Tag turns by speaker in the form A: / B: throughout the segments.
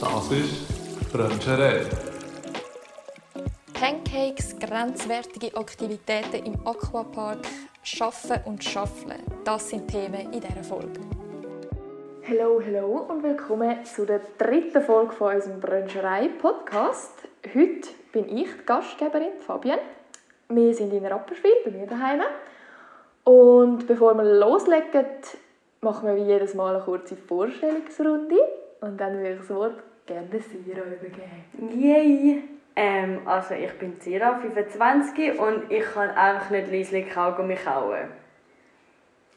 A: Das ist Bruncherei.
B: Pancakes, grenzwertige Aktivitäten im Aquapark, Schaffen und Schaffeln. Das sind Themen in dieser Folge.
C: Hallo, hallo und willkommen zu der dritten Folge von unserem Bruncherei-Podcast. Heute bin ich die Gastgeberin, Fabienne. Wir sind in Rapperswil, bei mir daheim. Und bevor wir loslegen, machen wir wie jedes Mal eine kurze Vorstellungsrunde. Und dann würde ich das Wort gerne Sira übergeben.
D: Yay! Ähm, also ich bin Zira, 25 und ich kann einfach nicht leise Kaugummi kauen.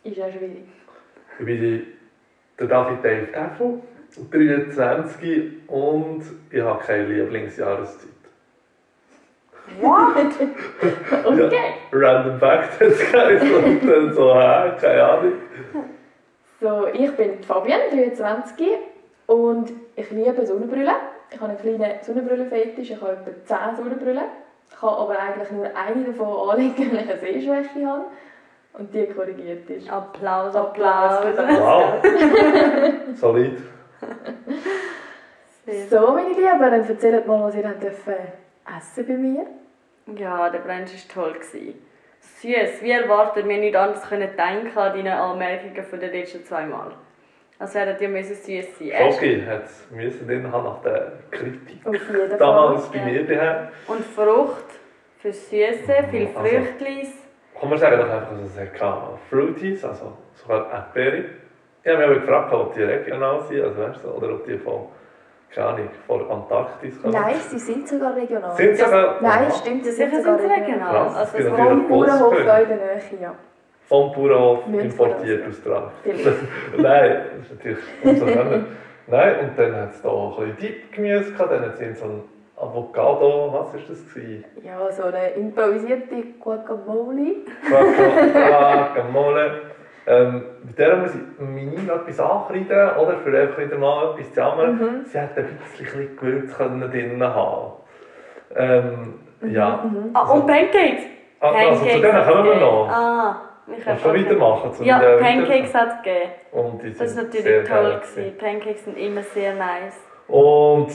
C: Ist auch schwierig.
E: Ich bin die- der David Dave Teffel, 23 und ich habe keine Lieblingsjahreszeit.
C: Okay.
E: Random Fact hat es geheißen und dann so, hä, keine Ahnung.
C: So, ich bin Fabienne, 23 und ich liebe Sonnenbrille. Ich habe einen kleinen Sonnenbrillenfetisch, ich habe etwa 10 Sonnenbrillen. Ich kann aber eigentlich nur eine davon anlegen, weil ich eine Sehschwäche habe und die korrigiert ist.
D: Applaus,
C: Applaus für
D: Applaus.
C: das.
E: Wow, solid.
C: So, meine Lieben, dann erzählt mal, was ihr habt dürfen essen bei mir.
D: Ja, der Brunch war toll. gewesen. Süß, wie erwartet, wir nicht anders können denken an deine Anmerkungen von den letzten zwei Mal. Also hätten die müssen süß sein. Erst-
E: Schoki hat es müssen drin haben nach der Kritik.
C: Auf jeden Fall.
E: Damals bei mir daheim.
D: Und Frucht für Süße, viel
E: Also-
D: Früchtlis.
E: Kann man sagen, doch einfach, dass es hatte. Fruities, also sogar Erdbeere. Ich habe mich aber gefragt, ob die regional sind, also weißt du, oder ob die von, keine Ahnung, von Antarktis kommen.
C: Nein, sie sind sogar regional.
E: Sind sogar...
C: Nein,
E: Aha.
C: stimmt, sie sind
D: Sicher
C: sogar
D: sind sie
C: regional.
D: regional.
E: Krass,
D: Also
E: ich bin
D: es
E: natürlich-
D: war
C: Vom Bauernhof hier in der Nähe, ja.
E: Vom Bauernhof
C: Nicht
E: importiert
C: von
E: aus Trakt.
C: Vielleicht.
E: Nein, das ist natürlich umso schöner. Nein, und dann hat es da auch ein bisschen Diebgemüse gehabt, dann hat es so ein Avocado, was war das? gewesen?
C: Ja, so eine improvisierte Guacamole.
E: Guacamole. Ähm, mit der muss ich meine etwas ankreiden, oder? Für einfach wieder mal etwas zu jammern.
D: Mhm.
E: Sie hätte ein bisschen Gewürz können drin haben ähm, Ja.
D: Ah, und Pancakes!
E: Also, also zu denen
D: hat's
E: kommen wir
D: gegeben.
E: noch.
D: Ah, wir können
E: Kannst du schon weitermachen? zu
D: Ja,
E: den-
D: Pancakes hat es gegeben.
E: Und die
D: Das
E: sind
D: war
E: sehr
D: natürlich
E: geil
D: toll.
E: gewesen.
D: Gewesen. Pancakes sind immer sehr nice.
E: Und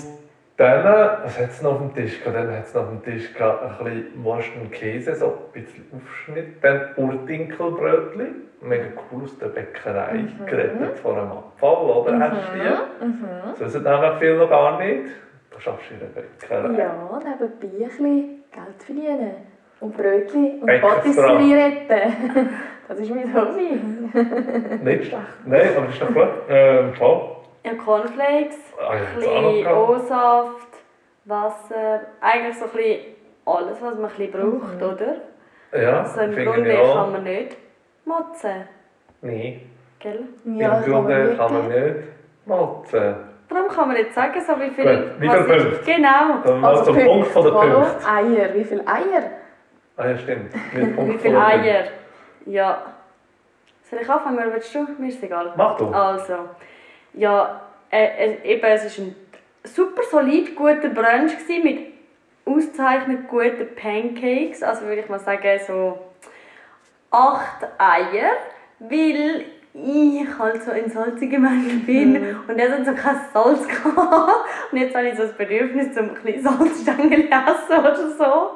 E: dann, was hat es noch auf dem Tisch gehabt? Dann hat es noch auf dem Tisch gehabt, ein bisschen Wurst und Käse, so ein bisschen Aufschnitt. Dann Urdinkelbrötli, mega cool aus der Bäckerei, gerettet vor einem Abfall, oder? Hast du die? So sind einfach viel noch gar nicht. Du schaffst in der Bäckerei.
C: Ja, nebenbei ein bisschen Geld verdienen. Und Brötchen und
E: Bäckerfrau.
C: Patisserie retten. Das ist mein Hobby.
E: Nicht schlecht. Nein, aber das ist doch gut. Ähm, voll.
D: Ja, Cornflakes,
E: Ah, ich
D: ein
E: hab's auch noch
D: bisschen
E: gehabt.
D: O-Saft, Wasser, eigentlich so ein bisschen alles, was man ein bisschen braucht, oder?
E: Ja,
D: Also im
E: finde
D: Grunde
E: ich
D: kann
E: auch.
D: man nicht motzen,
E: Nein,
D: gell?
E: im Grunde kann man nicht motzen.
D: Darum kann man nicht sagen, so wie viel...
E: Gut, wie viel
D: was ist-
E: Punkte?
C: Also
D: Genau.
E: Kommen wir mal zum Punkt von der
C: Hallo,
E: Punkte.
C: Eier. Wie viele Eier?
E: Ah ja, stimmt. Mit Punkt
D: Wie viele
E: von der
D: Eier? Ja. Soll ich anfangen oder willst du? Mir ist egal.
E: Mach du.
D: Also, ja, äh, äh, eben, es ist ein super solid guter Brunch gewesen, mit ausgezeichnet guten Pancakes. Also würde ich mal sagen, so acht Eier, weil ich halt so ein salziger Mensch bin und er hat so kein Salz gehabt. Und jetzt habe ich so das Bedürfnis, zum ein bisschen Salzstängel essen oder so.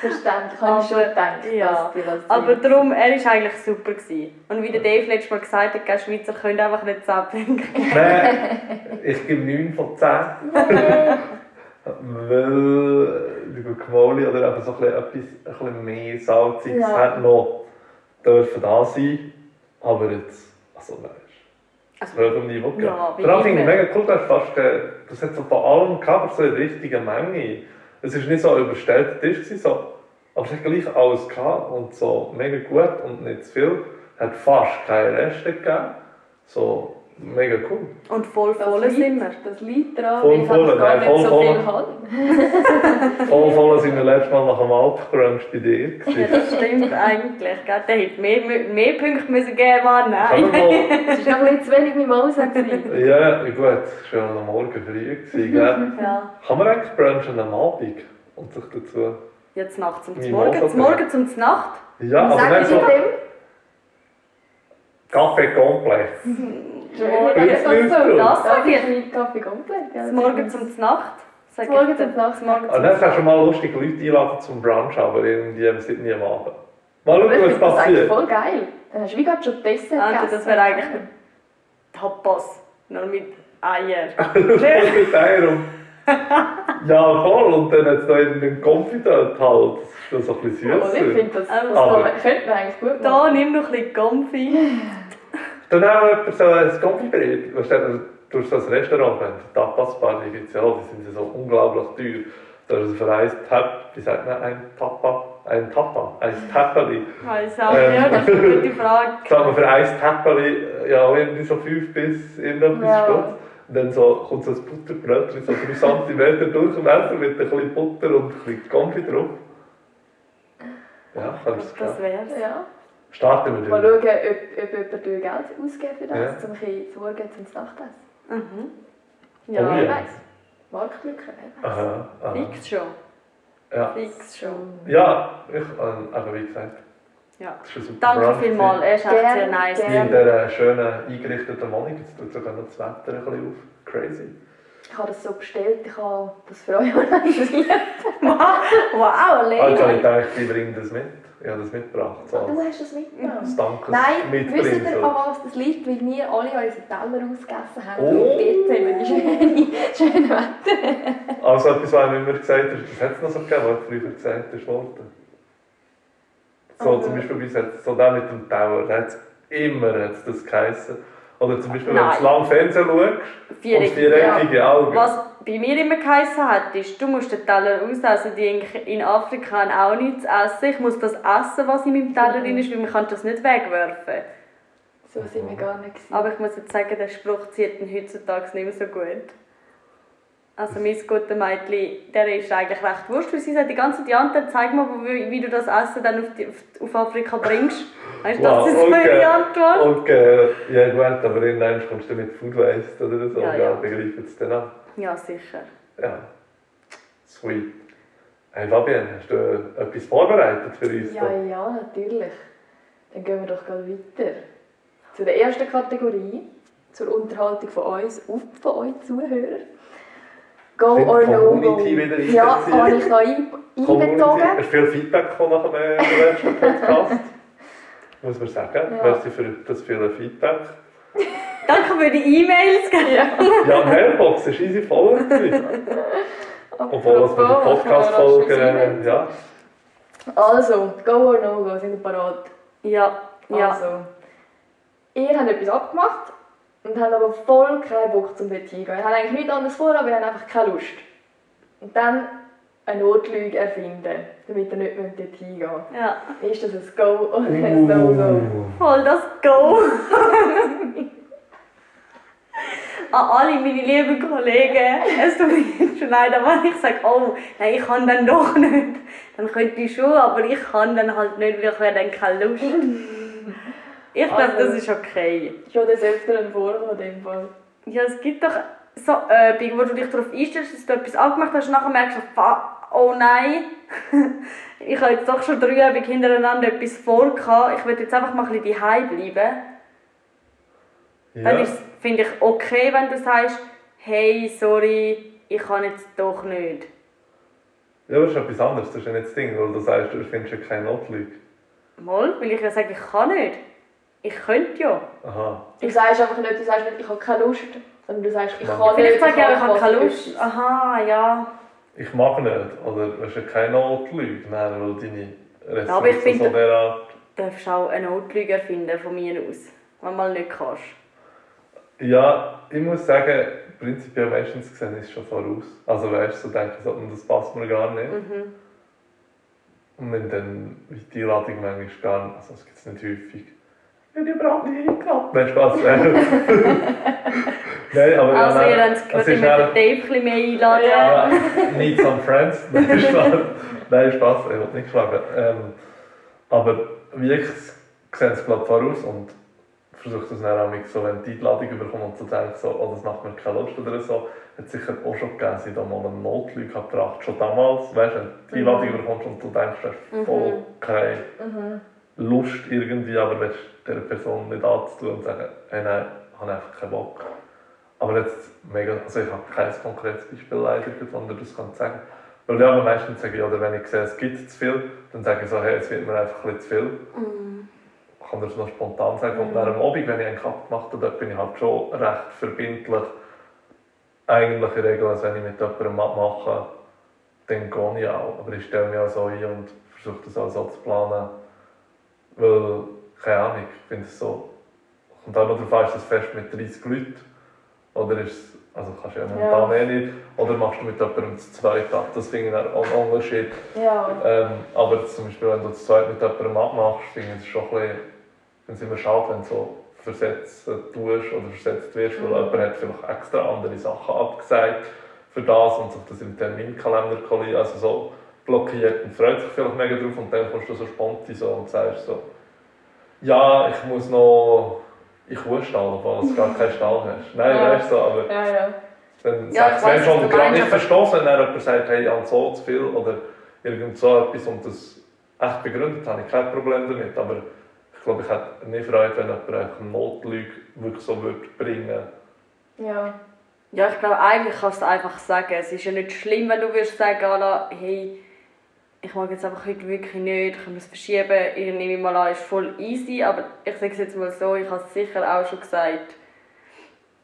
C: Verständlich, habe ich schon gedacht,
D: Ja,
C: dass die das
D: aber
C: sind.
D: darum, er war eigentlich super. Gewesen. Und wie der Dave letztes Mal gesagt hat, gell, Schweizer können einfach nicht zusammenbringen.
E: Nein, ich gebe 9 von 10. Weil die Guacamole oder eben so ein bisschen, etwas, ein bisschen mehr Salziges
C: Ja.
E: hat noch dürfen da sein. Aber jetzt, also um weißt du, auf höherem Niveau.
D: Ja,
E: gehabt.
D: wie
E: Vor allem finde ich
D: immer.
E: mega cool, dass fast, äh, das hat so von allem gehabt, aber so in der richtigen Menge. Es war nicht so ein überstellter Tisch, gewesen, so, aber es hat gleich alles gehabt und so mega gut und nicht zu viel. Hat fast keine Reste gegeben. So mega cool.
D: Und voll
C: Das
D: voll
C: liegt-
D: sind wir.
C: Das liegt daran,
E: Voll
C: weil ich halt
E: voll,
C: gar
E: nein, voll
C: nicht so
E: voll.
C: viel habe.
E: Voll Oh, voll sind wir letztes Mal nach dem Alpgrunch bei dir. gewesen.
D: Ja, das stimmt eigentlich. Gell? Der hätte mehr, mü- mehr Punkte müssen geben Mann.
E: Können
D: Nein.
E: wir
C: Es war noch ein bisschen zu wenig mit Maus. gewesen.
E: mal- Ja, ja, gut, es war schon am Morgen früh. Gewesen, gell?
D: Ja.
E: Kann man eigentlich brunchen am Abend und sich dazu...
D: Jetzt Nacht zum
E: Wie
D: Morgen.
E: machen also
D: Zum Morgen zum Nacht.
E: Ja,
C: Was
E: aber
C: sagen
E: nicht
C: Sie
E: so
C: dem?
E: Kaffee Komplex.
C: Schön,
D: Morgen.
C: das ist so.
D: Das
C: Das
D: sag ich.
C: ist mein Kaffee komplett. Ja,
D: Zum Morgen zum Znacht. Sag
C: Morgen
D: ich dir.
C: zum Nacht.
D: Morgen
E: Und dann kannst du mal lustig Leute einladen zum Brunch, aber irgendwie am 7. am Abend. Mal
C: Aber ich
E: schauen, was
C: finde das eigentlich
E: passiert.
C: voll geil. Dann hast du wie gerade schon Dessert
D: Ah,
C: gegessen.
D: das wäre eigentlich Tapas. Nur mit Eier.
E: Voll mit Eier und... Ja, voll. Und dann hat es noch irgendeinen Confident halt. Das ist so ein bisschen
C: Aber ich
E: süß.
C: finde, das,
D: Aber-
C: das kann man- könnte man eigentlich gut machen.
D: Da nimm noch ein bisschen Comfy.
E: Dann haben wir jemand so ein Konfibrett. Weißt du, dann tust du das Restaurant, wenn die Tapas-Bar die gibt's ja, auch, die sind ja so unglaublich teuer. Da ist für ein Tap, wie sagt man, ein Tapa, ein Tapa, ein
C: Mhm.
E: Tappeli.
D: Heiß auch. Ja, das ist eine gute Frage.
E: Sagen wir für ein Tappeli, ja, irgendwie so fünf bis irgendetwas
C: Ja.
E: Stutz. Und dann so, kommt so ein Butterbrötchen, so 3 cm Durchmesser mit ein bisschen Butter und ein bisschen Konfi drauf. Ja, kann ich es
D: Das wär's.
C: Ja.
E: Starten wir
C: Mal
E: durch.
C: schauen, ob, ob jemand dir Geld ausgeben für das,
E: Ja.
C: zum ein bisschen zu morgen zum Nachtessen.
D: Mhm.
E: Oh
D: Ja,
E: ja.
C: Wer weiß. Marktlücke, wer weiß.
E: Aha, aha.
D: fix schon.
E: Ja.
D: Fix schon.
E: Ja, ich, ähm, aber wie gesagt,
D: Ja.
E: das ist ein super
D: Danke
E: Brunch
D: vielmals. Es ist echt
C: Gerne,
D: sehr nice.
E: gewesen. In dieser schönen eingerichteten Wohnung, jetzt tut sogar noch das Wetter ein bisschen auf. Crazy.
C: Ich habe das so bestellt, ich habe das für euch organisiert.
D: Wow,
E: Also ich
D: Lena.
E: dachte, ich bringe das mit. Ich habe das mitgebracht. So
C: Du
E: als
C: hast das mitgenommen.
E: Dankes
C: Nein, wisst ihr,
E: mitbringen.
C: an was das liegt? Weil wir alle unsere Teller ausgegessen haben.
E: Oh.
C: Und jetzt haben wir die schöne, schöne Wetter.
E: Also etwas, was mir immer gesagt hast, das hat es noch so gegeben, was du früher gesagt hast, Worte. So
C: Aber-
E: zum Beispiel bei uns hat es so der mit dem Tower, da hat's immer hat's das geheissen. Oder zum Beispiel, wenn
D: Nein.
E: du lang Fernsehen schaust und
D: Viereckig.
E: viereckige Augen.
D: Was bei mir immer geheißen hat, ist, du musst den Teller ausessen. Die in- in Afrika haben auch nichts zu essen. Ich muss das essen, was in meinem Teller drin ist, weil man kann das nicht wegwerfen
C: So sind wir gar nicht. gewesen.
D: Aber ich muss jetzt sagen, der Spruch zieht ihn heutzutage nicht mehr so gut. Also mein guter Mädchen, der ist eigentlich recht wurscht, weil sie sagt die ganze Zeit, «Ja, dann zeig mal, wo- wie, wie du das Essen dann auf, die, auf, auf Afrika bringst. Weißt du, das ist meine Antwort.
E: Okay, ja gut, aber irgendwann kommst du mit Food Waste oder so.
D: Ja,
E: Ja,
D: ja.
E: begreifen es dann an.
D: Ja, sicher.
E: Ja. Sweet. Hey Fabian, hast du äh, etwas vorbereitet für uns?
C: Ja, ja, natürlich. Dann gehen wir doch gleich weiter. Zu der ersten Kategorie, zur Unterhaltung von uns und von euch Zuhörern. Go
E: Sind die
C: or no go.
E: Community wieder
C: Ja,
E: einbeziehen?
C: habe ich noch ein-
E: Community,
C: einbezogen.
E: Hast du viel Feedback bekommen nach dem äh, letzten Podcast? Muss man sagen.
C: Ja.
E: Merci für das viele Feedback.
D: Danke für die E-Mails. gell?
E: Ja, die Mailbox war easy voll. gewesen. Obwohl das mit der
C: Apropos,
E: Podcast-Folge.
C: ich habe noch
E: äh, Ja.
C: etwas Also, go or no go, sind ihr parat?
D: Ja, ja.
C: Also, ihr habt etwas abgemacht und habt aber voll keinen Bock zum dort hingehen. Ihr habt eigentlich nichts anderes vor, aber ihr habt einfach keine Lust. Und dann eine Notlüge erfinden, damit ihr nicht mehr dort hingehen müsst.
D: ja.
C: Ist das ein Go oder ein
E: Mm.
C: No-Go?
E: Uh,
D: Voll das Go! An alle meine lieben Kollegen, es tut mir jetzt schon leid, aber wenn ich sage, oh, nein, ich kann dann doch nicht, dann könnte ich schon, aber ich kann dann halt nicht, weil ich habe dann keine Lust. Ich glaube,
C: Also.
D: das ist okay.
C: Schon des Öfteren vorgekommen in dem Fall.
D: Ja, es gibt doch so Übungen, wo du dich darauf einstellst, dass du etwas angemacht hast und nachher merkst du, fa- oh nein, ich habe jetzt doch schon drei Übungen hintereinander etwas vor, gehabt. ich will jetzt einfach mal ein bisschen daheim bleiben. Dann
E: Ja.
D: ist es, finde ich, okay, wenn du sagst, hey, sorry, ich kann jetzt doch nicht.
E: ja, das ist etwas anderes. Das ist ja nicht das Ding, weil du sagst, du findest ja keine Notlüge.
D: Mal, weil ich ja sage, ich kann nicht. Ich könnte ja.
E: Aha.
C: Du sagst einfach nicht, du sagst nicht, ich habe keine Lust, sondern du sagst, ich
E: Nein.
C: kann nicht.
D: Vielleicht sage ich auch, ich habe
C: was
D: keine Lust.
C: Besseres.
D: Aha, ja.
E: Ich mag nicht. Oder es ist ja keine Notlüge. Nein, weil deine Ressourcen
D: Ja, aber ich bin-
E: so derart...
D: Du darfst auch eine Notlüge erfinden von mir aus, wenn du mal nicht kannst.
E: Ja, ich muss sagen, prinzipiell meistens gesehen ist es schon voraus. Also weißt du, so denke ich so, «Hm, das passt mir gar nicht.
D: Mhm.
E: Und wenn dann wie die Einladung manchmal gar nicht, also das gibt es nicht häufig. Ich habe überhaupt nicht hingeklappt. Nein, Spaß. Nein, aber ja,
D: Also,
E: nein,
D: ihr habt es gehört, ihr müsst
E: es ist
D: den
E: dann-
D: Dave ein bisschen mehr einladen.
E: ja, need some friends. Nein, Spaß. Nein, Spaß. Ich will nicht schlagen. Ähm, aber wie ich es sehe, es glaub, voraus und versuche das dann auch mit so, wenn die Einladung überkommt und so denke so, oh, das macht mir keine Lust oder so, hat sicher auch schon gegeben, dass ich da mal eine Notlüge habe gebracht Schon damals, weißt du, wenn du die Einladung überkommst und du denkst, du hast voll keine Lust irgendwie, aber willst dieser Person nicht anzutun und zu sagen, hey, nein, ich habe einfach keinen Bock. Aber jetzt mega, also ich habe kein konkretes Beispiel leider, das ich das kann sagen Weil ja, aber meistens sage ich, oder wenn ich sehe, es gibt zu viel, dann sage ich so, hey, es wird mir einfach ein bisschen zu viel. Ich kann das noch spontan sagen. Und dann am Abend, wenn ich einen Kaffee gemacht habe, dort bin ich halt schon recht verbindlich. Eigentlich in der Regel, als wenn ich mit jemandem mache, dann gehe ich auch. Aber ich stelle mich auch so ein und versuche das auch so zu planen. Weil, keine Ahnung, ich finde es so. Und dann noch darauf an, ist das Fest mit 30 Leuten. Oder ist es, also kannst du ja momentan eh nicht. Oder machst du mit jemandem zu zweit ab, das finde ich dann auch ein Unterschied.
C: Ja.
E: Ähm, aber zum Beispiel, wenn du zu zweit mit jemandem abmachst, finde ich es schon ein bisschen, finde es immer schade, wenn du so versetzt tust oder versetzt wirst, weil jemand hat vielleicht extra andere Sachen abgesagt für das und sich das im Terminkalender kolli- also so blockiert und freut sich vielleicht mega drauf und dann kommst du so spontan so und sagst so, ja, ich muss noch ich Kuhstall, obwohl du gar keinen Stall hast. Nein,
C: Ja.
E: weißt du, aber
C: Ja, ja.
E: dann
D: Ja,
E: ja,
D: ich weiss, was
E: sagst du schon,
D: du
E: gerade
D: meinst,
E: nicht
D: aber-
E: verstoßen, wenn dann jemand sagt, hey, ich habe so zu viel oder irgend so etwas und das echt begründet, habe ich kein Problem damit. Aber ich glaube, ich hätte nie Freude, wenn jemand einfach eine Notlüge wirklich so würde bringen
C: Ja.
D: Ja, ich glaube, eigentlich kannst du es einfach sagen. Es ist ja nicht schlimm, wenn du würdest sagen, Ala, hey, ich mag jetzt einfach heute wirklich nicht, können wir es verschieben, ich nehme mal an, ist voll easy, aber ich sage es jetzt mal so, ich habe es sicher auch schon gesagt,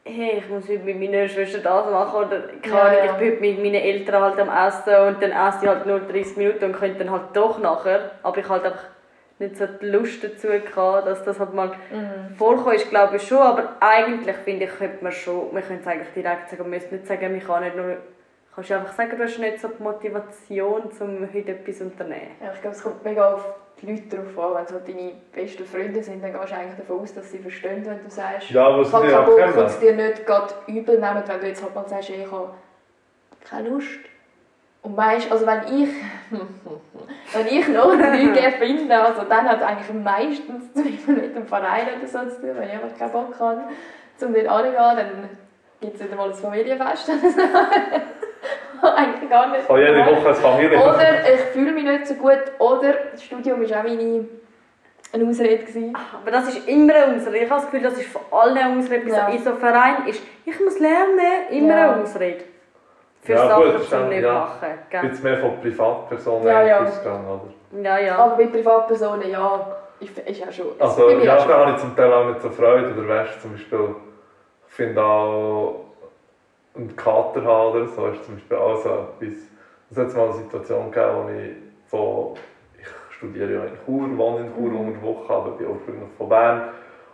D: hey, ich muss heute mit meiner Schwester das machen oder keine
C: Ja,
D: Ahnung,
C: ja.
D: ich bin heute mit meinen Eltern halt am Essen und dann esse ich halt nur 30 Minuten und könnte dann halt doch nachher, aber ich halt einfach nicht so die Lust dazu gehabt, dass das halt mal vorkommen ist, glaube ich schon, aber eigentlich finde ich, könnte man schon, man könnte es eigentlich direkt sagen, man müsste nicht sagen, ich kann nicht nur, kannst du einfach sagen, du hast nicht so die Motivation, um heute etwas zu unternehmen.
C: ja. Ich glaube, es kommt mega auf die Leute drauf an. Wenn es halt deine besten Freunde sind, dann gehst du eigentlich davon aus, dass sie verstehen, wenn du sagst,
E: Ja, aber
C: ich
E: es
C: habe
E: sind ja
C: keinen
E: auch
C: Bock und es
E: Kinder.
C: dir nicht gerade übel nehmen, wenn du jetzt halt mal sagst, ich habe keine Lust. Und meist, also wenn ich, wenn ich noch Leute erfinde, also dann hat es eigentlich meistens zum Beispiel mit dem Verein oder so zu tun, wenn ich einfach keinen Bock habe, um dort anzugehen, dann gibt es wieder mal ein Familienfest oder so. eigentlich gar nicht.
E: So jede Oh Woche eine Familie.
C: Oder ich fühle mich nicht so gut, oder das Studium war auch meine eine Ausrede. Gewesen.
D: Aber das ist immer eine Ausrede. Ich habe das Gefühl, das ist von allen eine Ausrede, bis
C: Ja.
D: in so einem Verein ist, ich muss lernen, immer
C: Ja.
D: eine Ausrede. Für
E: Ja,
D: Sachen,
E: gut,
D: die man nicht
E: ja.
D: machen.
E: Ein
D: Gell?
E: bisschen mehr von Privatpersonen
C: Ja, ja.
E: ausgegangen, oder?
D: Ja, ja.
C: Aber bei Privatpersonen, ja, ist, ist ja schon.
E: Also,
C: bei mir
E: ja,
C: auch schon.
E: da habe ich zum Teil auch nicht so Freude. Oder weißt du, zum Beispiel, ich finde auch, einen Kater haben oder so, ist zum Beispiel auch so etwas. Es hat mal eine Situation gegeben, wo ich so, ich studiere ja in Chur, wohne in Chur
C: Mhm.
E: unter der Woche, aber bin ursprünglich von Bern.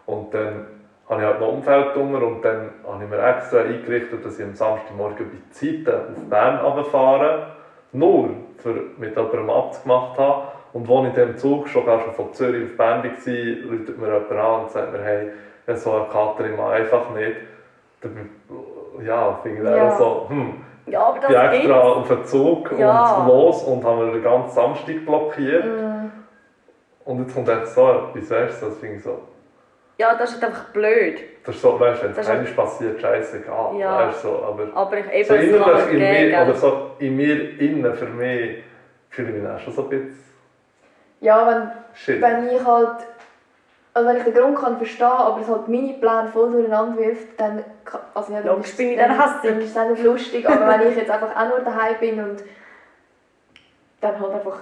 E: Und dann habe ich halt noch Umfeld drunter und dann habe ich mir extra eingerichtet, dass ich am Samstagmorgen bei Zeiten auf Bern runterfahre, nur für mit jemandem abgemacht habe. Und als ich in diesem Zug schon, gar schon von Zürich auf Bern war, läutet mir jemand an und sagt mir, hey, ja, so eine Katerin mal einfach nicht. Dann, ja, finde ich
C: Ja.
E: auch so, hm,
D: Ja, aber
E: ich bin
D: das
E: extra
D: geht.
E: auf den Zug
D: Ja. Mm.
E: und los und haben mir den ganzen Samstag blockiert. Und jetzt kommt echt so etwas, weißt du, das finde ich so,
D: Ja, das ist einfach blöd.
E: das ist so, weißt du, wenn
D: Das
E: es
D: ist-
E: eigentlich passiert, scheißegal,
D: Ja.
E: weißt du, so, aber
D: Aber ich
E: so
D: eben, es kann
E: innerlich
D: man
E: in
D: geben.
E: mir, oder so in mir innen, für mich, fühle ich mich auch schon so ein bisschen
C: Ja, wenn,
E: shit.
C: wenn ich halt, also wenn ich den Grund kann verstehen, aber es halt meine Pläne voll durcheinander wirft, dann, ka- also ja, dann
D: Logisch bin ich dann hässig.
C: Dann ist es auch nicht lustig, aber wenn ich jetzt einfach auch nur daheim bin und dann halt einfach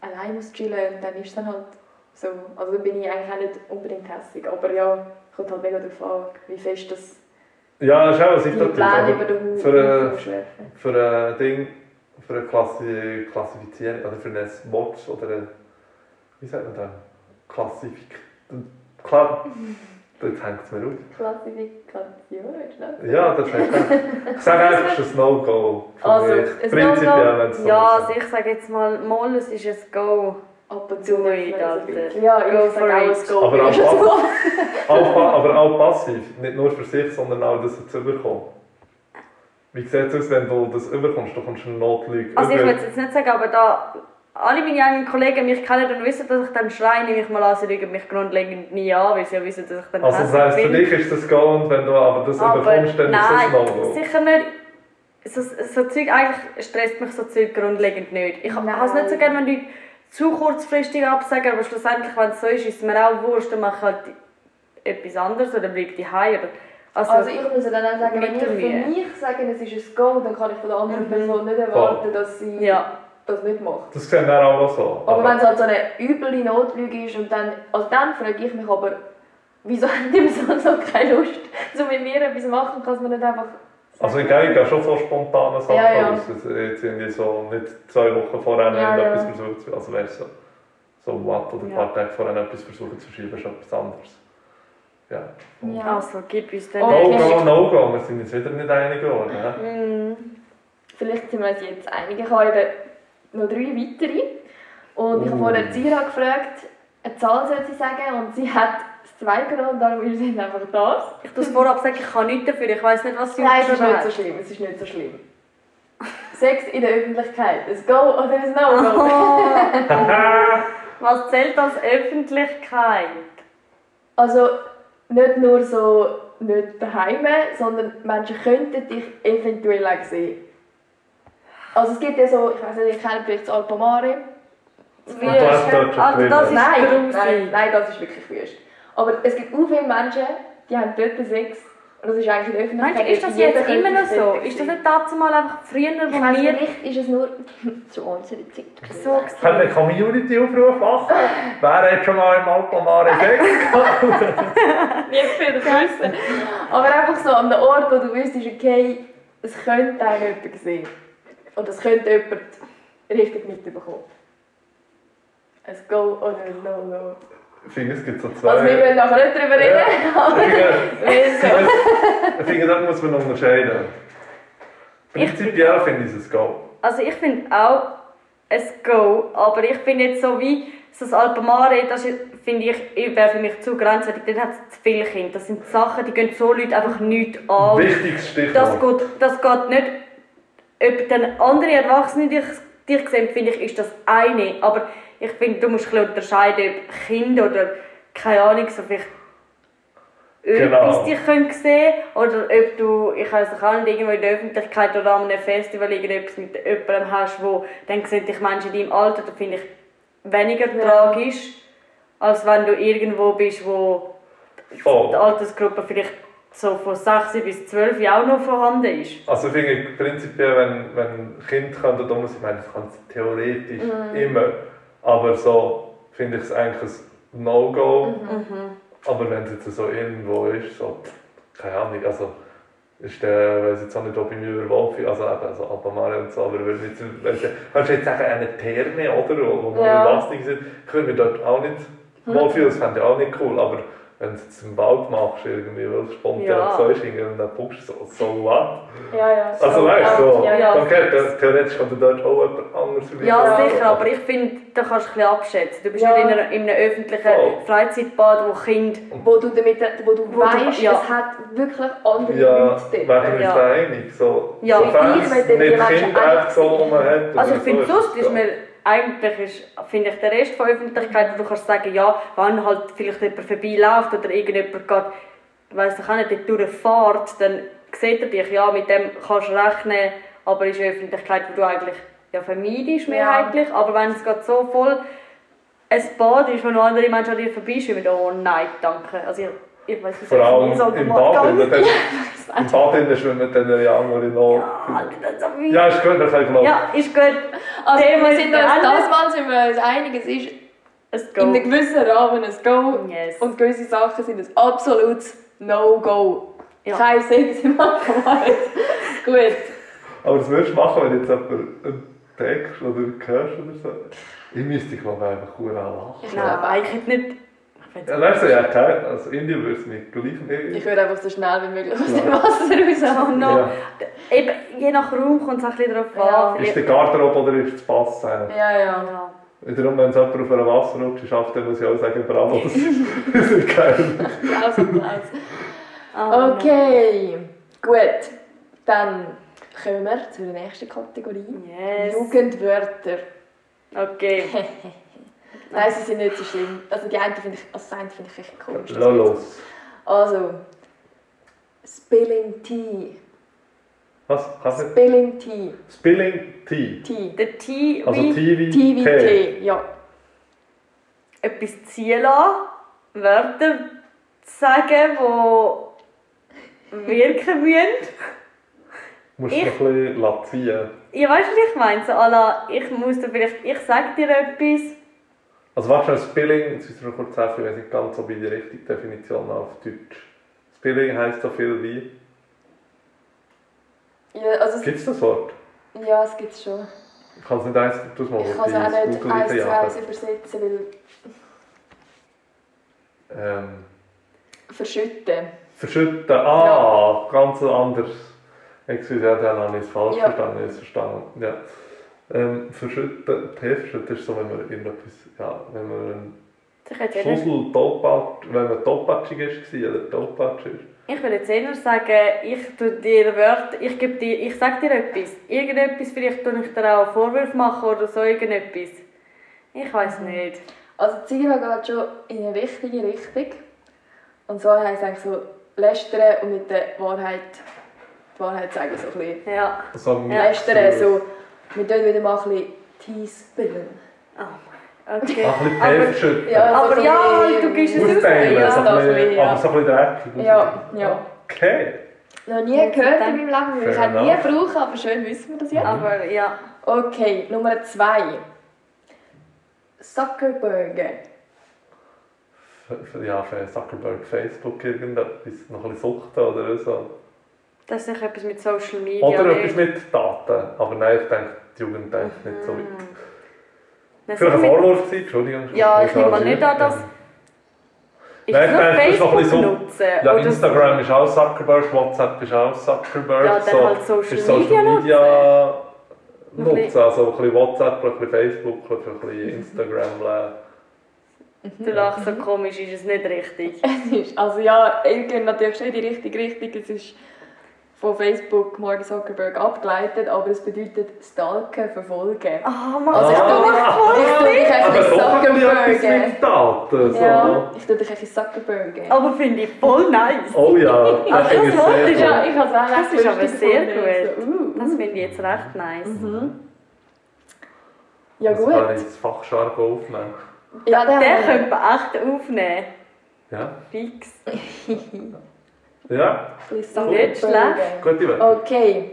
C: allein muss chillen, dann ist es dann halt so. Also dann bin ich eigentlich auch nicht unbedingt hässig, aber ja, kommt halt mega darauf an, wie fest das
E: Ja, das ist auch eine
C: die
E: Situation.
C: Pläne über
E: aber
C: den
E: Für eine,
C: Haufen schwerfen.
E: für ein Ding, für eine Klassi Klassifizierung, oder für ein Wort, oder eine, wie sagt man da? Klassifik... Klar, dort hängt es mir auf.
C: Klassifikation, willst du
D: ne?
C: das?
E: Ja, das hängt Ich sage einfach, es ist ein No-Go für
C: Also,
E: mich.
C: ein
E: Prinzipiell,
C: No-Go?
E: wenn es so
D: Ja,
E: ist.
D: also ich sage jetzt mal, mal, es ist ein Go.
C: Ab und
D: Do
C: darf
D: it,
C: man so
D: Alter.
C: bisschen- Ja,
D: Go
C: ich
D: for
C: sage auch,
D: it.
C: es geht.
E: Aber
C: Ist
E: auch
C: so?
E: Auch pa- aber auch passiv. Nicht nur für sich, sondern auch, dass es überkommt. Wie sieht es aus, wenn du das überkommst? Du kommst eine Notlüge
D: Also ich
E: über.
D: will es jetzt nicht sagen, aber da alle meine eigenen Kollegen mich kennen und wissen, dass ich dann schreie, nehme ich mal an, sie lügen mich grundlegend nie an, weil sie ja wissen, dass ich dann
E: Also das heisst, für dich ist das Go und wenn du aber das
D: aber
E: überkommst, dann
D: nein,
E: ist es ein No-Go.
D: sicher nicht. So, so Zeug, eigentlich stresst mich so Zeug grundlegend nicht. Ich
C: Nein.
D: habe es nicht so gerne, wenn Leute zu kurzfristig absagen, aber schlussendlich, wenn es so ist, ist es mir auch wurscht, dann mache ich halt etwas anderes oder bleibe die oder also,
C: Also ich muss ja dann auch sagen, wenn
D: Mit
C: ich
D: der
C: für
D: Mühe.
C: mich sage, es ist ein Go, dann kann ich von der anderen Person nicht erwarten, dass sie
D: ja,
C: das nicht macht.
E: Das sehen wir auch so.
C: Aber wenn es halt so eine üble Notlüge ist und dann, also dann frage ich mich aber, wieso hat die Person so keine Lust, so mit mir etwas zu machen, kann es mir nicht einfach
E: Also ich glaube, ich gehe schon so spontane Sachen
C: Ja, ja.
E: aus. Jetzt jetzt irgendwie so nicht zwei Wochen vorher
C: Ja, ja.
E: etwas versuchen zu Also wär's so, so what oder ein
D: Ja.
E: paar Tage vorher etwas versuchen zu schieben, ist etwas anderes. Ja.
C: Ja.
D: also gib uns den
C: Oh,
E: No
C: Okay.
E: go, no go. Wir sind jetzt wieder nicht einig geworden. hä?
D: Mm.
C: Vielleicht sind wir uns jetzt einig. Ich habe eben noch drei weitere. Und ich habe
E: Oh.
C: vorhin Zira gefragt, eine Zahl soll sie sagen und sie hat es zwei genommen und darum ist es einfach das.
D: Ich muss vorab sagen, ich kann nichts dafür, ich weiß nicht, was sie
C: Nein, es ist nicht
D: aufgeschrieben
C: so schlimm. Es ist nicht so schlimm. Sex in der Öffentlichkeit. Ein Go oh, oder ein
D: Oh.
C: No-Go?
D: hat. was zählt als Öffentlichkeit?
C: Also nicht nur so nicht daheim, sondern Menschen könnten dich eventuell auch sehen. Also es gibt ja so, ich weiß nicht, ich kenne vielleicht das Alpamare.
D: Wie
E: Und das dort schon
D: also, das ist
C: Nein,
D: grusig.
C: nein, nein, das ist wirklich wüst. Aber es gibt auch viele Menschen, die haben dort Sex. Und das ist eigentlich in der Öffentlichkeit.
D: Meinst du, ist das
C: Jeder
D: jetzt
C: könnte
D: immer noch so?
C: dort
D: Ist das
C: sein.
D: nicht dazu mal einfach früher,
C: Ich
D: wo
C: weiss,
D: wir
C: vielleicht ist es nur zu unserer Zeit. gewesen.
D: so gewesen-
E: Können wir einen Community-Aufruf machen? Wer hat schon mal im Alpamare Sex?
C: Nicht für das Wissen. Aber einfach so an einem Ort, wo du wüsstest, okay, es könnte auch jemand sehen. Und es könnte jemand richtig mitbekommen. Ein Go oder ein No-No.
E: Ich finde, es gibt so zwei.
C: Also wir wollen nachher nicht darüber reden, aber
E: Ich finde-
C: wir so.
E: Ich finde, da muss man unterscheiden. Prinzipiell finde ich es ein Go.
D: Also ich finde auch ein Go, aber ich finde jetzt so wie so das Alpamare, das ist- finde ich, wäre für mich zu grenzwertig, dort hat es zu viele Kinder. Das sind Sachen, die gehen so Leute einfach nicht an.
E: Wichtiges
D: Oh. Das
E: Stichwort.
D: geht, das geht nicht. Ob dann andere Erwachsene dich, dich sehen, finde ich, ist das eine. Aber ich finde, du musst ein bisschen unterscheiden, ob Kinder oder keine Ahnung, so vielleicht
E: Genau.
D: etwas dich können sehen oder ob du, ich weiß nicht, auch nicht, irgendwo in der Öffentlichkeit oder an einem Festival irgendetwas mit jemandem hast, wo dann sehen dich Menschen in deinem Alter, da finde ich weniger tragisch, als wenn du irgendwo bist, wo die Oh.
E: Voll.
D: Altersgruppe vielleicht so von 6 bis 12 ja auch noch vorhanden ist.
E: Also finde ich prinzipiell, wenn, wenn Kinder können, da muss ich meine, das kann es theoretisch immer. Aber so finde ich es eigentlich ein No-Go. Aber wenn es jetzt so irgendwo ist, so, pff, keine Ahnung, also ist der, weiß jetzt auch nicht, ob ich mich überwolf, also eben, also Alpamare und so, aber würde jetzt, weißt du, kannst du jetzt sagen, eine Therme, oder, wo wo
C: Ja.
E: ja. Belastung sind, können wir dort auch nicht wohlfühlen, das fände ich auch nicht cool, aber wenn du es im Wald machst, irgendwie, weil es spontan
D: Ja.
E: so ist, irgendwie, dann puckst du so, so what?
C: Ja, ja.
E: Also weißt du, so,
C: Ja, ja.
E: dann gehört das- theoretisch könnte dort auch jemand anderes vorbei.
D: Ja, sicher, aber ich finde, da kannst du ein bisschen abschätzen. Du bist
C: Ja.
D: nicht in, einer, in einem öffentlichen
E: Voll.
D: Freizeitbad, wo Kinder...
C: Wo du, damit, wo du
D: Wo du-
C: weißt,
D: ja.
C: es hat wirklich andere
E: Ja,
C: Leute dort.
E: werden wir
D: Ja.
E: uns einig. So,
D: Ja.
E: sofern
C: Ich
E: es
C: will die
E: nicht
C: Menschen
E: Kinder einfach so
C: einig sehen.
E: rumhat.
D: Also ich finde, sonst ist mir eigentlich, ist, finde ich, der Rest von Öffentlichkeit, wo du kannst sagen, ja, wenn halt vielleicht jemand vorbeiläuft oder irgendjemand geht, weiss ich auch nicht, dort durchfährt, dann sieht er dich, ja, mit dem kannst du rechnen, aber ist eine Öffentlichkeit, wo du eigentlich ja, vermeidest mehrheitlich, aber wenn es gerade so voll ein Bad ist, wo noch andere Menschen an dir vorbeischwimmen, oh nein, danke. Also ich, ich weiss nicht,
E: Vor
D: ich
E: allem
D: sollte
E: im
D: mal
E: Bad,
D: ganz-
E: wenn dann- im Bad innen schwimmen dann ja andere noch.
D: Ah, das ist so weit.
E: Ja, ist gut, dann kann ich glauben.
D: Ja, ist gut.
C: Also
D: Thema
C: wir
D: ist
C: sind uns
D: beendet.
C: das Mal sind wir uns einig, es ist
D: Es
C: in einem
D: geht. Oh,
C: gewissen Rahmen ein Go.
D: Yes.
C: Und gewisse Sachen sind ein absolutes No-Go.
D: Ja.
C: Kein Sex im Alkohol. Gut.
E: Aber das würdest du machen, wenn jetzt jemand entdeckst oder hörst oder so. Ich müsste, glaube ich, einfach cool lachen.
D: Nein, ich hätte nicht.
E: Ja, weißt du, ja, kein, also Indien würde es mir gleich
C: Ich
E: nicht.
C: würde einfach so schnell wie möglich aus dem Wasser raus.
D: Oh no.
E: Ja.
D: Eben, je nach Raum kommt es ein bisschen darauf
C: Ja.
D: an.
E: Ist der Garderobe oder ist das Pass? Ja.
C: Ja, ja.
D: Ja.
E: Wiederum, wenn es jemand auf einer Wasserrutsche schafft, dann muss ich auch sagen, bravo, das ist nicht geil.
C: Applaus, Applaus.
D: Ah,
C: Okay, gut. Dann kommen wir zur nächsten Kategorie.
D: no. Yes.
C: Jugendwörter.
D: Okay.
C: Nein, sie sind nicht so schlimm. Also die einen finde ich, also das eine finde ich echt komisch.
E: Lass los.
C: Also, Spilling Tea.
E: Was? Kannst du nicht?
C: Spilling Tea.
E: Spilling Tea.
C: Tea.
D: Der T.
E: Also
D: wie-
E: TV.
C: Tea wie Tee. Ja.
D: etwas ziehen lassen, Wörter sagen, die wirken müssen.
E: Musst
D: Ich-
E: ich... noch ein bisschen lazieren.
D: Ja, weißt du, was ich meine? So, à la, ich muss dir vielleicht, ich sag dir etwas.
E: Also warte schnell, Spilling, jetzt ist noch kurz helfen, ich weiß nicht ganz, ob ich die richtige Definition habe auf Deutsch. Spilling heisst so viel wie...
C: Ja, also
E: Gibt es das Wort?
C: es, ja, es gibt es schon.
E: Ich kann es nicht eins, du es mal
C: Ich kann es auch nicht eins zu eins
E: eins.
C: übersetzen, weil
E: Ähm,
C: verschütten.
E: verschütten, ah, ganz anders. Excuse, ja, dann habe ich es falsch
C: Ja.
E: verstanden, ich habe es verstanden, ja. Ähm, verschütten, Tee verschütten ist so, wenn man irgendetwas, ja, wenn man einen
D: Ich hätte eher-
E: Schlüssel topatsch, wenn man topatschig ist gewesen, oder topatsch ist.
D: Ich will jetzt eher sagen, ich tu dir Wörter, ich gebe dir, ich sag dir etwas. Irgendetwas, vielleicht tue ich dir auch Vorwürfe machen oder so irgendetwas. Ich weiß nicht.
C: Also die Ziele geht schon in eine richtige Richtung. Und so heisst es eigentlich so lästern und mit der Wahrheit, die Wahrheit sagen, so ein bisschen
D: Ja.
E: So ein Mix
C: lästern.
E: aus-
C: So, wir tun wieder mal ein bisschen Tease bilden.
D: Oh, okay.
E: Ach, ein bisschen Tee
D: Aber-
E: verschütten.
D: Aber
C: so ein
D: ja, halt,
C: bisschen-
D: du gibst es
C: Ja,
E: Austeilen,
D: Ja,
E: so
C: doch,
E: ein bisschen,
C: ja.
E: aber so ein bisschen dreckig.
C: Ja, ja.
E: Okay.
C: Noch nie gehört in meinem Leben, weil ich
E: Fair
C: auch nie
E: enough.
C: brauche, aber schön wissen wir das jetzt.
D: Aber ja.
C: Okay, Nummer zwei. Zuckerberger.
E: Für- für- Ja, für Zuckerberg, Facebook, irgendetwas, noch ein bisschen Sucht oder so.
D: Das ist sicher etwas mit Social Media. ne?
E: Oder
D: nicht?
E: etwas mit Daten. Aber nein, ich denke, die Jugend denkt nicht so weit.
D: Nein,
E: Vielleicht
D: sicher
E: ein
D: Mhm. mit-
E: Vorwurf sein, Entschuldigung.
D: Ja, ich
E: muss
D: nehme
E: auch
D: mal nicht an, dass-
E: sagen.
D: Ist
E: Nein,
D: das
E: ich
D: nur
E: denke, das ist noch
D: Facebook
E: ein bisschen so-
D: nutzen?
E: Ja,
D: oder
E: Instagram ist auch Zuckerberg, WhatsApp ist auch Zuckerberg.
D: Ja, dann halt Social
E: ist
D: Media
E: Media
D: Noch Mhm. ein
E: nutzen.
D: bisschen-
E: Also ein bisschen WhatsApp, ein bisschen Facebook, ein bisschen Instagram. bla.
D: Du lachst so komisch, ist es nicht richtig.
C: Es ist- Also ja, ihr geht natürlich schon in die richtige Richtung. Es ist von Facebook Mark Zuckerberg abgeleitet, aber es bedeutet stalken, verfolgen.
D: Ah, Mann,
C: Also ich
E: Ah.
C: tue dich, ich tue dich ein
E: Aber
C: bisschen
E: doch ein bisschen etwas
C: Zuckerbergen.
E: mit Daten. So.
C: Ja, ich tue dich ein bisschen Zuckerbergen.
D: Aber finde ich voll nice.
E: Oh ja, das
D: das
E: ist
D: wollte
E: sehr
D: ich
E: gut.
C: Ja, ich habe es auch recht
D: Das ist aber
C: lustig
D: sehr
C: gefunden.
D: gut.
C: So, uh, uh.
D: Das finde ich jetzt recht nice.
C: Mhm. Ja
E: Das kann ich
C: gut.
E: das Fachjargon aufnehmen.
C: Ja, dann
D: Den
C: haben wir-
D: könnte man echt aufnehmen.
E: Ja.
D: Fix.
E: Ja,
C: ein bisschen Zuckerbergen.
D: Nicht schlecht.
E: gute Welt.
C: Okay,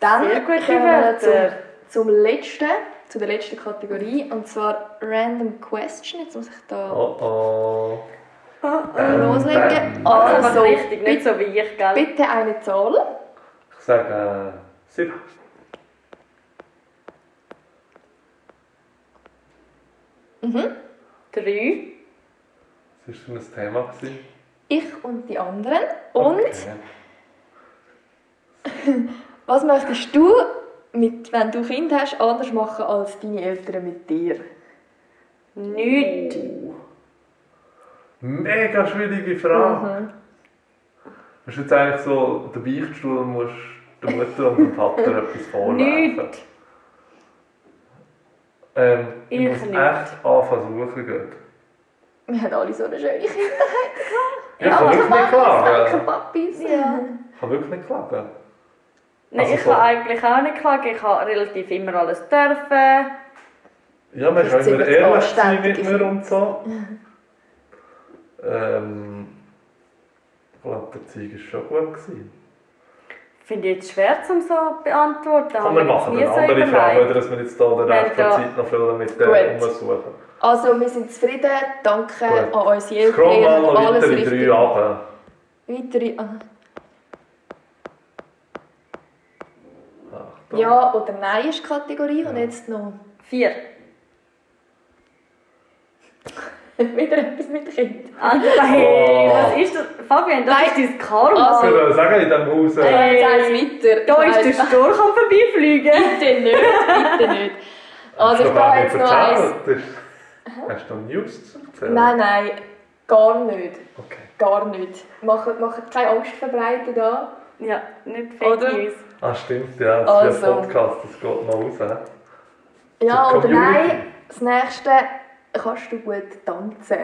C: dann
D: Sehr gute
C: kommen wir
D: Wörter.
C: zum, zum letzten, zu der letzten Kategorie und zwar Random Question. Jetzt muss ich da
E: Oh oh.
C: loslegen.
D: Also,
C: Ah. Also,
D: aber richtig, nicht
C: bitte,
D: so wie ich, gell?
C: bitte eine Zahl.
E: Ich sage äh, sieben.
D: Drei.
E: Das war so ein Thema. gewesen.
C: Ich und die anderen. Und
E: Okay.
C: was möchtest du, mit, wenn du Kind hast, anders machen als deine Eltern mit dir?
D: Nicht.
E: Mega schwierige Frage. Das ist jetzt eigentlich so, der Beichtstuhl musst der Mutter und dem Vater etwas vorwerfen.
D: Nicht.
E: Ähm, ich,
D: Ich
E: muss
D: nicht.
E: echt anfangen suchen gehen.
C: Wir haben alle so eine schöne Kindheit.
E: Ich kann wirklich nicht
C: Danke,
E: klagen.
C: Papis.
E: Ich kann wirklich nicht klagen.
D: Nein,
E: Also
D: ich kann
E: so.
D: eigentlich auch nicht klagen. Ich habe relativ immer alles dürfen.
E: Ja, man
C: Das
E: ist immer
C: ziemlich
E: ehrlich sein mit
C: anständig
E: mir
C: ist.
E: und so. ähm, ich glaube, der Zeug war schon gut. Gewesen.
D: Finde ich jetzt schwer, um so zu beantworten.
E: Komm,
D: Habe
E: wir
D: ich
E: machen
D: mir
E: eine
D: jetzt nie
E: andere
D: überlegt.
E: Frage, oder dass wir jetzt hier den Rest
D: Wenn
E: der
D: da-
E: Zeit noch füllen mit dem
C: Gut.
E: Umsuchen.
C: Also, wir sind zufrieden. Danke
E: Gut.
C: an unsere Eltern.
E: Scroll mal noch
C: alles
E: weiter in
C: richtig
E: drei Jahren.
C: Weitere. ah.
E: Achtung.
C: Ja oder Nein ist die Kategorie und jetzt noch
D: Vier.
C: wieder etwas mit Kind.
D: Ah, Nein,
E: Oh.
D: was ist das? Fabian, das
C: Nein. Also,
D: ist dein Karma.
E: Ich würde sagen, in diesem Haus. Äh,
D: Hey.
C: Jetzt eins weiter.
D: da ist
C: also.
D: der Storch am Vorbeifliegen.
C: Bitte nicht, bitte nicht. Also ich
E: hast du gar
C: gehe
E: nicht
C: jetzt noch eins.
E: erzählt. Das ist- Hast du News zu erzählen?
C: Nein, nein, gar nicht.
E: Okay.
C: Gar nicht. Macht, macht keine Angst verbreiten da.
D: Ja, nicht Fake
C: Oder?
D: News.
E: Ah, stimmt, ja. Das ist ja
C: Also.
E: ein Podcast, das geht noch raus. hä?
C: Ja
E: Die
C: oder
E: Community.
C: nein, das nächste kannst du gut tanzen.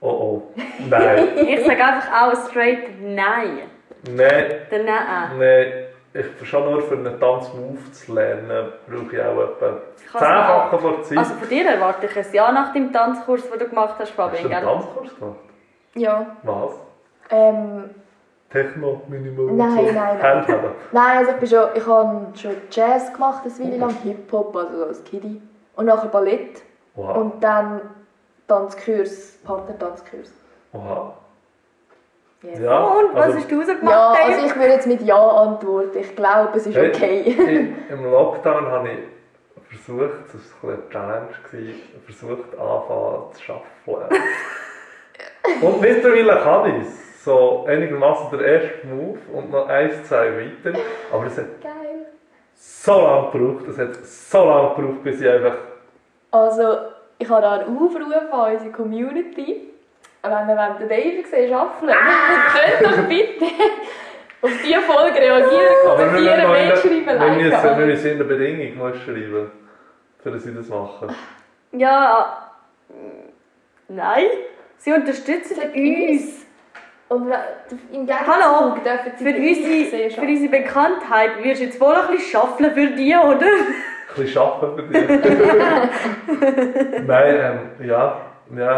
E: Oh oh. Nein.
D: Ich sage einfach auch straight Nein.
E: Nein.
D: Der Nein.
E: Nein. ich schon nur für einen Tanzmove zu lernen, brauche ich auch etwa
D: Ich kann's
E: zehnfache von der Zeit.
D: Also von dir erwarte ich ein Jahr nach dem Tanzkurs, den du gemacht hast,
E: Hast du
D: Fabian.
E: einen
D: gell?
E: Tanzkurs gemacht?
C: Ja.
E: Was?
C: Ähm,
E: Techno, Minimal?
C: Nein,
E: so.
C: nein, nein.
E: Handheben.
C: nein, also ich, bin schon, ich habe schon Jazz gemacht, ein Weile lang Hip-Hop, also so als Kiddie. Und nachher Ballett.
E: Wow.
C: Und dann Tanzkurs, Partner-Tanzkurs.
E: wow.
C: Yes.
E: Ja,
D: Und was
E: also-
D: hast du rausgemacht,
C: Ja,
D: Dave?
C: also ich würde jetzt mit Ja antworten. Ich glaube, es ist
E: Hey,
C: okay.
E: ich- Im Lockdown habe ich versucht, das war ein bisschen eine Challenge, gewesen, versucht anfangen zu arbeiten. und mittlerweile kann ich es. So einigermaßen der erste Move und noch eins, zwei weiter. Aber es hat
C: Geil.
E: so lange gebraucht, es hat so lange gebraucht, bis ich einfach...
C: Also, ich habe da einen Aufruf an unsere Community. Wenn ihr wollt, den Dave sehen, schaffeln.
D: Ah!
C: Könnt doch bitte auf diese Folge reagieren,
D: Ah!
C: kommentieren, Mail schreiben,
E: wir
C: liken.
E: müssen, wir
C: alles.
E: müssen in der Bedingung noch schreiben, für dass sie das machen.
D: Ja. mm, Nein. Sie unterstützen
C: Für
D: uns.
C: Und we- im
D: Hallo.
C: Gegenzug dürfen sie
D: Für
C: den Dave
D: unsere,
C: sehen,
D: für
C: schaffeln.
D: unsere Bekanntheit wirst du jetzt wohl ein bisschen schaffeln für die, oder?
E: Ein bisschen arbeiten bei dir. Nein, ähm, ja, ja,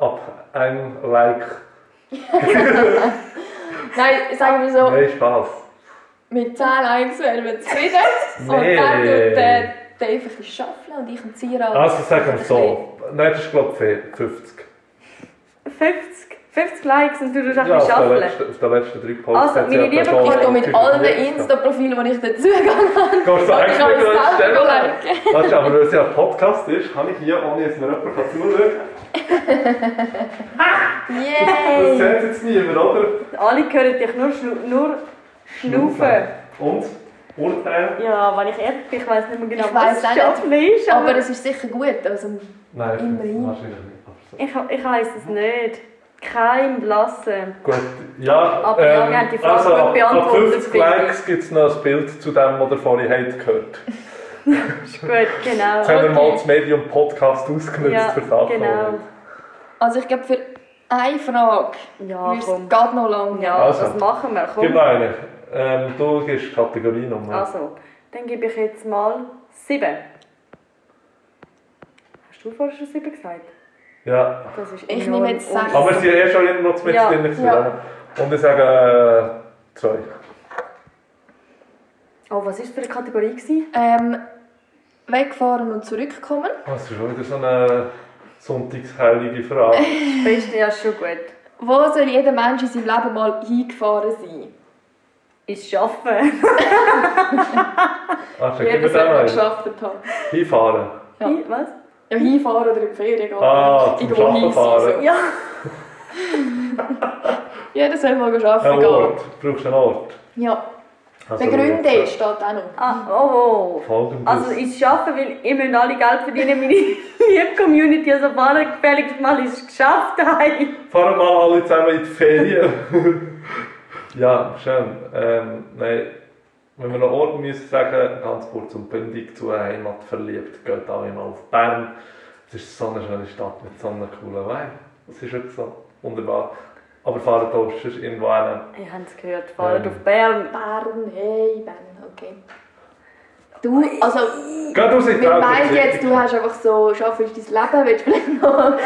E: ab einem Like.
C: Nein, sagen wir so,
E: Nein, Spaß.
C: mit 10 Likes wären wir zufrieden.
E: Nee.
C: Und dann tut der Dave ein bisschen schaffeln und ich und Zira.
E: Also sagen wir so, nein, das ist glaube ich 50.
D: 50, 50 Likes und du tust ein
E: Ja,
D: bisschen
E: auf den
D: schaffeln.
E: letzten, auf den letzten drei Posts
D: Also,
E: hat sie
D: meine
E: etwa
D: lieben
E: schon
D: Kollegen,
C: Ich gehe mit allen
E: 45.
C: Insta-Profilen, die ich dazu gegangen
E: Gehst du
C: Ich kann
E: extra durch
C: es selber
E: die Stelle? Weißt du, aber weil es ja ein Podcast ist, kann ich hier, ohne dass mir jemand kann zuschauen
C: habe.
E: Das
C: Yay!
E: sieht jetzt niemand, oder?
D: Alle hören dich nur, schnu nur schnaufen.
E: Und? äh? Urteil?
D: Ja, wenn ich ehrlich bin, ich weiß nicht mehr genau,
C: Ich
D: was
C: weiss auch nicht.
D: Schaffeln ist. Aber,
C: Aber es ist sicher gut. Also,
E: Nein,
C: Immerhin.
E: wahrscheinlich nicht. aber so.
D: ich, ich weiss es nicht. Kein Blassen.
E: Gut, ja.
D: Aber ja, wir haben die Frage
E: also,
D: gut
E: ab-
D: beantwortet,
E: Ab 50
D: finde ich.
E: Likes gibt es noch ein Bild zu dem, was ihr vorhin habt gehört.
D: Ist gut, genau.
E: Jetzt haben wir mal das Medium Podcast ausgenutzt
D: Ja,
E: für das.
D: genau.
C: also ich glaube, für eine Frage
D: Ja,
C: wird es
D: Ah, komm.
C: geht noch lange.
D: Ja,
E: Also.
D: das machen wir.
E: Gib
D: Komm.
E: mir eine. Ähm, du gibst die Kategorie nochmal.
D: Also, dann gebe ich jetzt mal 7. Hast du vorher schon 7 gesagt?
E: Ja.
D: Das ist
C: Ich
D: enorm
C: nehme jetzt
D: un-
C: sechs.
E: Aber wir sind eh schon immer noch mit
D: Ja,
E: drin. gewesen,
C: ja.
E: oder? Und ich sage äh, zwei.
D: Oh, was war das für eine Kategorie? Gewesen?
C: Ähm, wegfahren und zurückkommen.
E: Oh, das ist schon wieder so eine sonntagsheilige Frage.
D: Das Beste ja schon gut.
C: Wo soll jeder Mensch in seinem Leben mal hingefahren sein?
D: Ist Arbeiten.
E: Also, gib
C: Jeder
E: mir den
C: soll mal
E: einen.
C: geschafft haben.
E: Hinfahren.
C: Ja.
D: Hi, Was?
C: Ja, hinfahren oder in die Ferien gehen.
E: Ah, zum
C: Irgendwo
E: Arbeiten
C: hin sein,
E: fahren.
C: so.
D: Ja.
C: Jeder soll mal arbeiten
E: Ein
C: gehen.
E: Ort. Brauchst du einen Ort?
C: Ja.
E: Also,
C: Begründet steht auch noch.
D: Ah, oh, oh.
E: Folgendes.
D: Also ist Arbeiten, weil ihr müsst alle Geld verdienen, meine liebe Community. Also fahren gefälligst mal ist geschafft. Hey.
E: Fahren mal alle zusammen in die Ferien. ja, schön. Ähm, nein, wenn wir noch Ort müssen sagen, ganz kurz und bündig zu einer Heimat verliebt, geht alle mal auf Bern. Es ist so eine schöne Stadt mit so einem coolen Wein. Es ist wirklich so wunderbar. Aber fahren da sonst irgendwo hin.
D: Ihr habt es gehört, fahren
E: Ähm.
D: auf Bern.
C: Bern, hey, Bern, okay. Du, also,
E: Geht raus in die
C: wir meinen
E: Welt,
C: jetzt, du hast einfach so, schaffst dein Leben, willst vielleicht noch...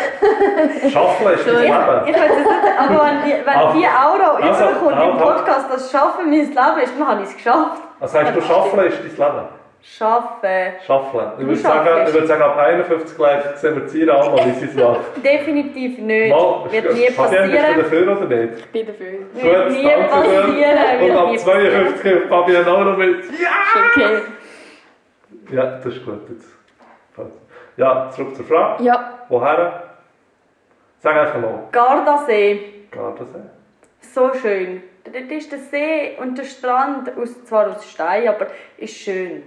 E: Schaffeln ist dein Leben.
D: Ich weiß es nicht, aber wenn die,
E: Auf-
D: wenn die Aura
E: also,
D: überkommt im
E: Aura.
D: Podcast, das Schaffen mein Leben ist, dann habe ich es geschafft.
E: Also sagst du, Schaffeln ist dein Leben?
D: Schaffen.
E: Schaffeln. Ich würde
D: schaffst
E: sagen,
D: es.
E: ich würde sagen, ab 51 gleich sehen wir die Zira an, wie sie es macht.
D: Definitiv nicht.
E: Mal,
D: wird nie
E: Fabian, bist du
D: passieren.
E: dafür oder nicht?
C: Ich bin dafür.
E: Gut,
D: Wird nie
E: danke
D: passieren.
E: sehr.
D: Wird
E: Und ab
D: nie
E: 52 hilft Fabian auch noch mit.
C: Ist okay.
E: Ja, das ist gut jetzt. Passt. Ja, zurück zur Frage.
C: Ja,
E: Woher? Sag einfach mal.
D: Gardasee.
E: Gardasee.
D: So schön. Dort ist der See und der Strand, aus, zwar aus Stein, aber ist schön.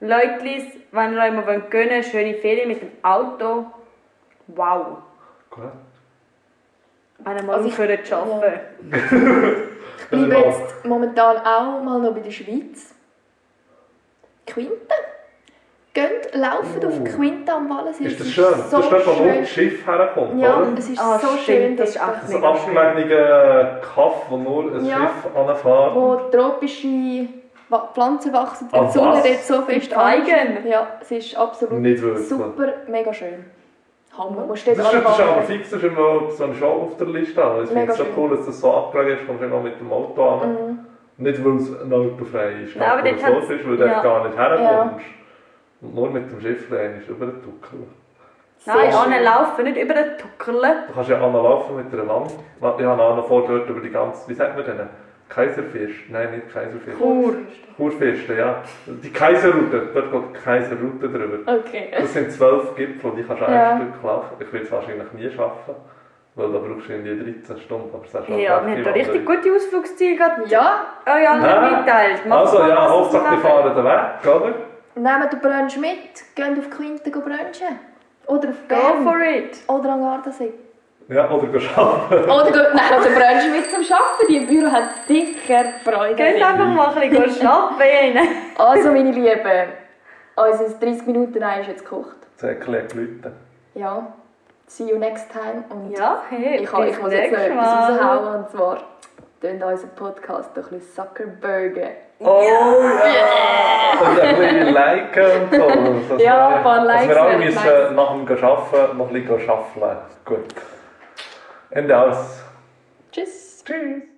D: Leutlis, wenn ihr euch mal gönnen wollt, schöne Ferien mit dem Auto. Wow.
E: Gut.
D: Wenn ihr mal
C: Also
D: also
C: ich-
D: könnt arbeiten
C: ja. ich bleibe
E: Genau.
C: jetzt momentan auch mal noch bei der Schweiz. Quinten? Geht, laufen auf
E: Uh.
C: Quinta am Wallen. Es
E: Ist das schön?
C: So
E: das ist dort, wo
C: schön.
E: das Schiff herkommt,
C: Ja,
E: oder?
C: es ist
D: Ah,
C: so
D: stimmt,
C: schön.
D: das
C: Das
D: ist
C: ist
D: echt
E: Das
D: mega
E: abgelegene Kaff, wo nur ein
C: Ja.
E: Schiff anfährt.
C: wo tropische Wa- Pflanzen wachsen.
E: Ah,
C: Die Sonne
E: was?
C: dort so fest
D: Die Feigen?
C: Ja, es ist absolut
E: Nicht wirklich.
C: super, mega schön. Hammer. Musst
E: Das
C: dort
E: ist,
C: alle
E: das ist aber
C: Mal-
E: fix, das ist immer so eine Show auf der Liste. haben. Ich finde
C: Mega
E: es so
C: schön.
E: cool, dass das so abgelegen ist, kommst du immer mit dem Auto an.
C: Mhm.
E: Nicht, weil es ein autofrei ist,
D: Ja, aber
E: oder
D: dort
E: so
D: hat's-
E: ist, weil du
D: ja.
E: gar nicht
C: Ja.
E: herkommst. Und nur mit dem Schiff rein ist über den Tuckel.
D: Nein,
C: Sehr
D: Anne
C: schön.
D: laufen, nicht über den Tuckerle.
E: Du kannst ja anlaufen mit einer Wand. Ich habe auch noch vorgehört über die ganze, wie sagt man denn? Kaiserfisch? Nein, nicht Kaiserfisch.
D: Kur.
E: Kurfürsten, ja. Die Kaiserroute, dort geht die Kaiserroute drüber.
C: Okay.
E: Das sind zwölf Gipfel, die kannst du
C: Ja.
E: ein Stück laufen. Ich würde es wahrscheinlich nie schaffen, weil da brauchst du irgendwie 13 Stunden. Aber es ist
D: Ja, wir haben da richtig gute Ausflugsziele gerade
C: Ja,
D: euch allen
E: Nein.
D: mitteilt. Macht
E: Also
D: mal was,
E: ja,
D: was
E: hauptsächlich
D: ihr
E: die fahren den Weg, oder?
C: nehmt den Brunch mit, geht auf Quinta go brunchen. Oder auf
D: Go
C: Bern.
D: for it.
C: Oder am Gardasee.
E: Ja, oder gehst arbeiten.
C: Oder Oh, geht Also, nehmt den Brunch mit zum Arbeiten. Die im Büro haben sicher Freude.
D: Geht einfach mal ein bisschen arbeiten.
C: Also, meine Lieben, unser 30 Minuten Ei ist jetzt gekocht.
E: Zäckchen hat gelitten.
C: Ja, see you next time. Und
D: Ja, hey,
C: ich, kann, ich
D: bis
C: muss jetzt noch
D: nächstes
C: etwas
D: Mal.
C: raushauen. Und zwar, tönt unseren Podcast doch ein bisschen Zuckerbergen.
E: Oh ja! Und ein bisschen liken und so. Also, dass
C: Ja,
E: wir-
C: ein paar
E: dass
C: Likes
E: Wir alle
C: wären nice.
E: müssen nach dem Arbeiten noch ein bisschen arbeiten. Gut. Ende aus.
C: Tschüss.
E: Tschüss.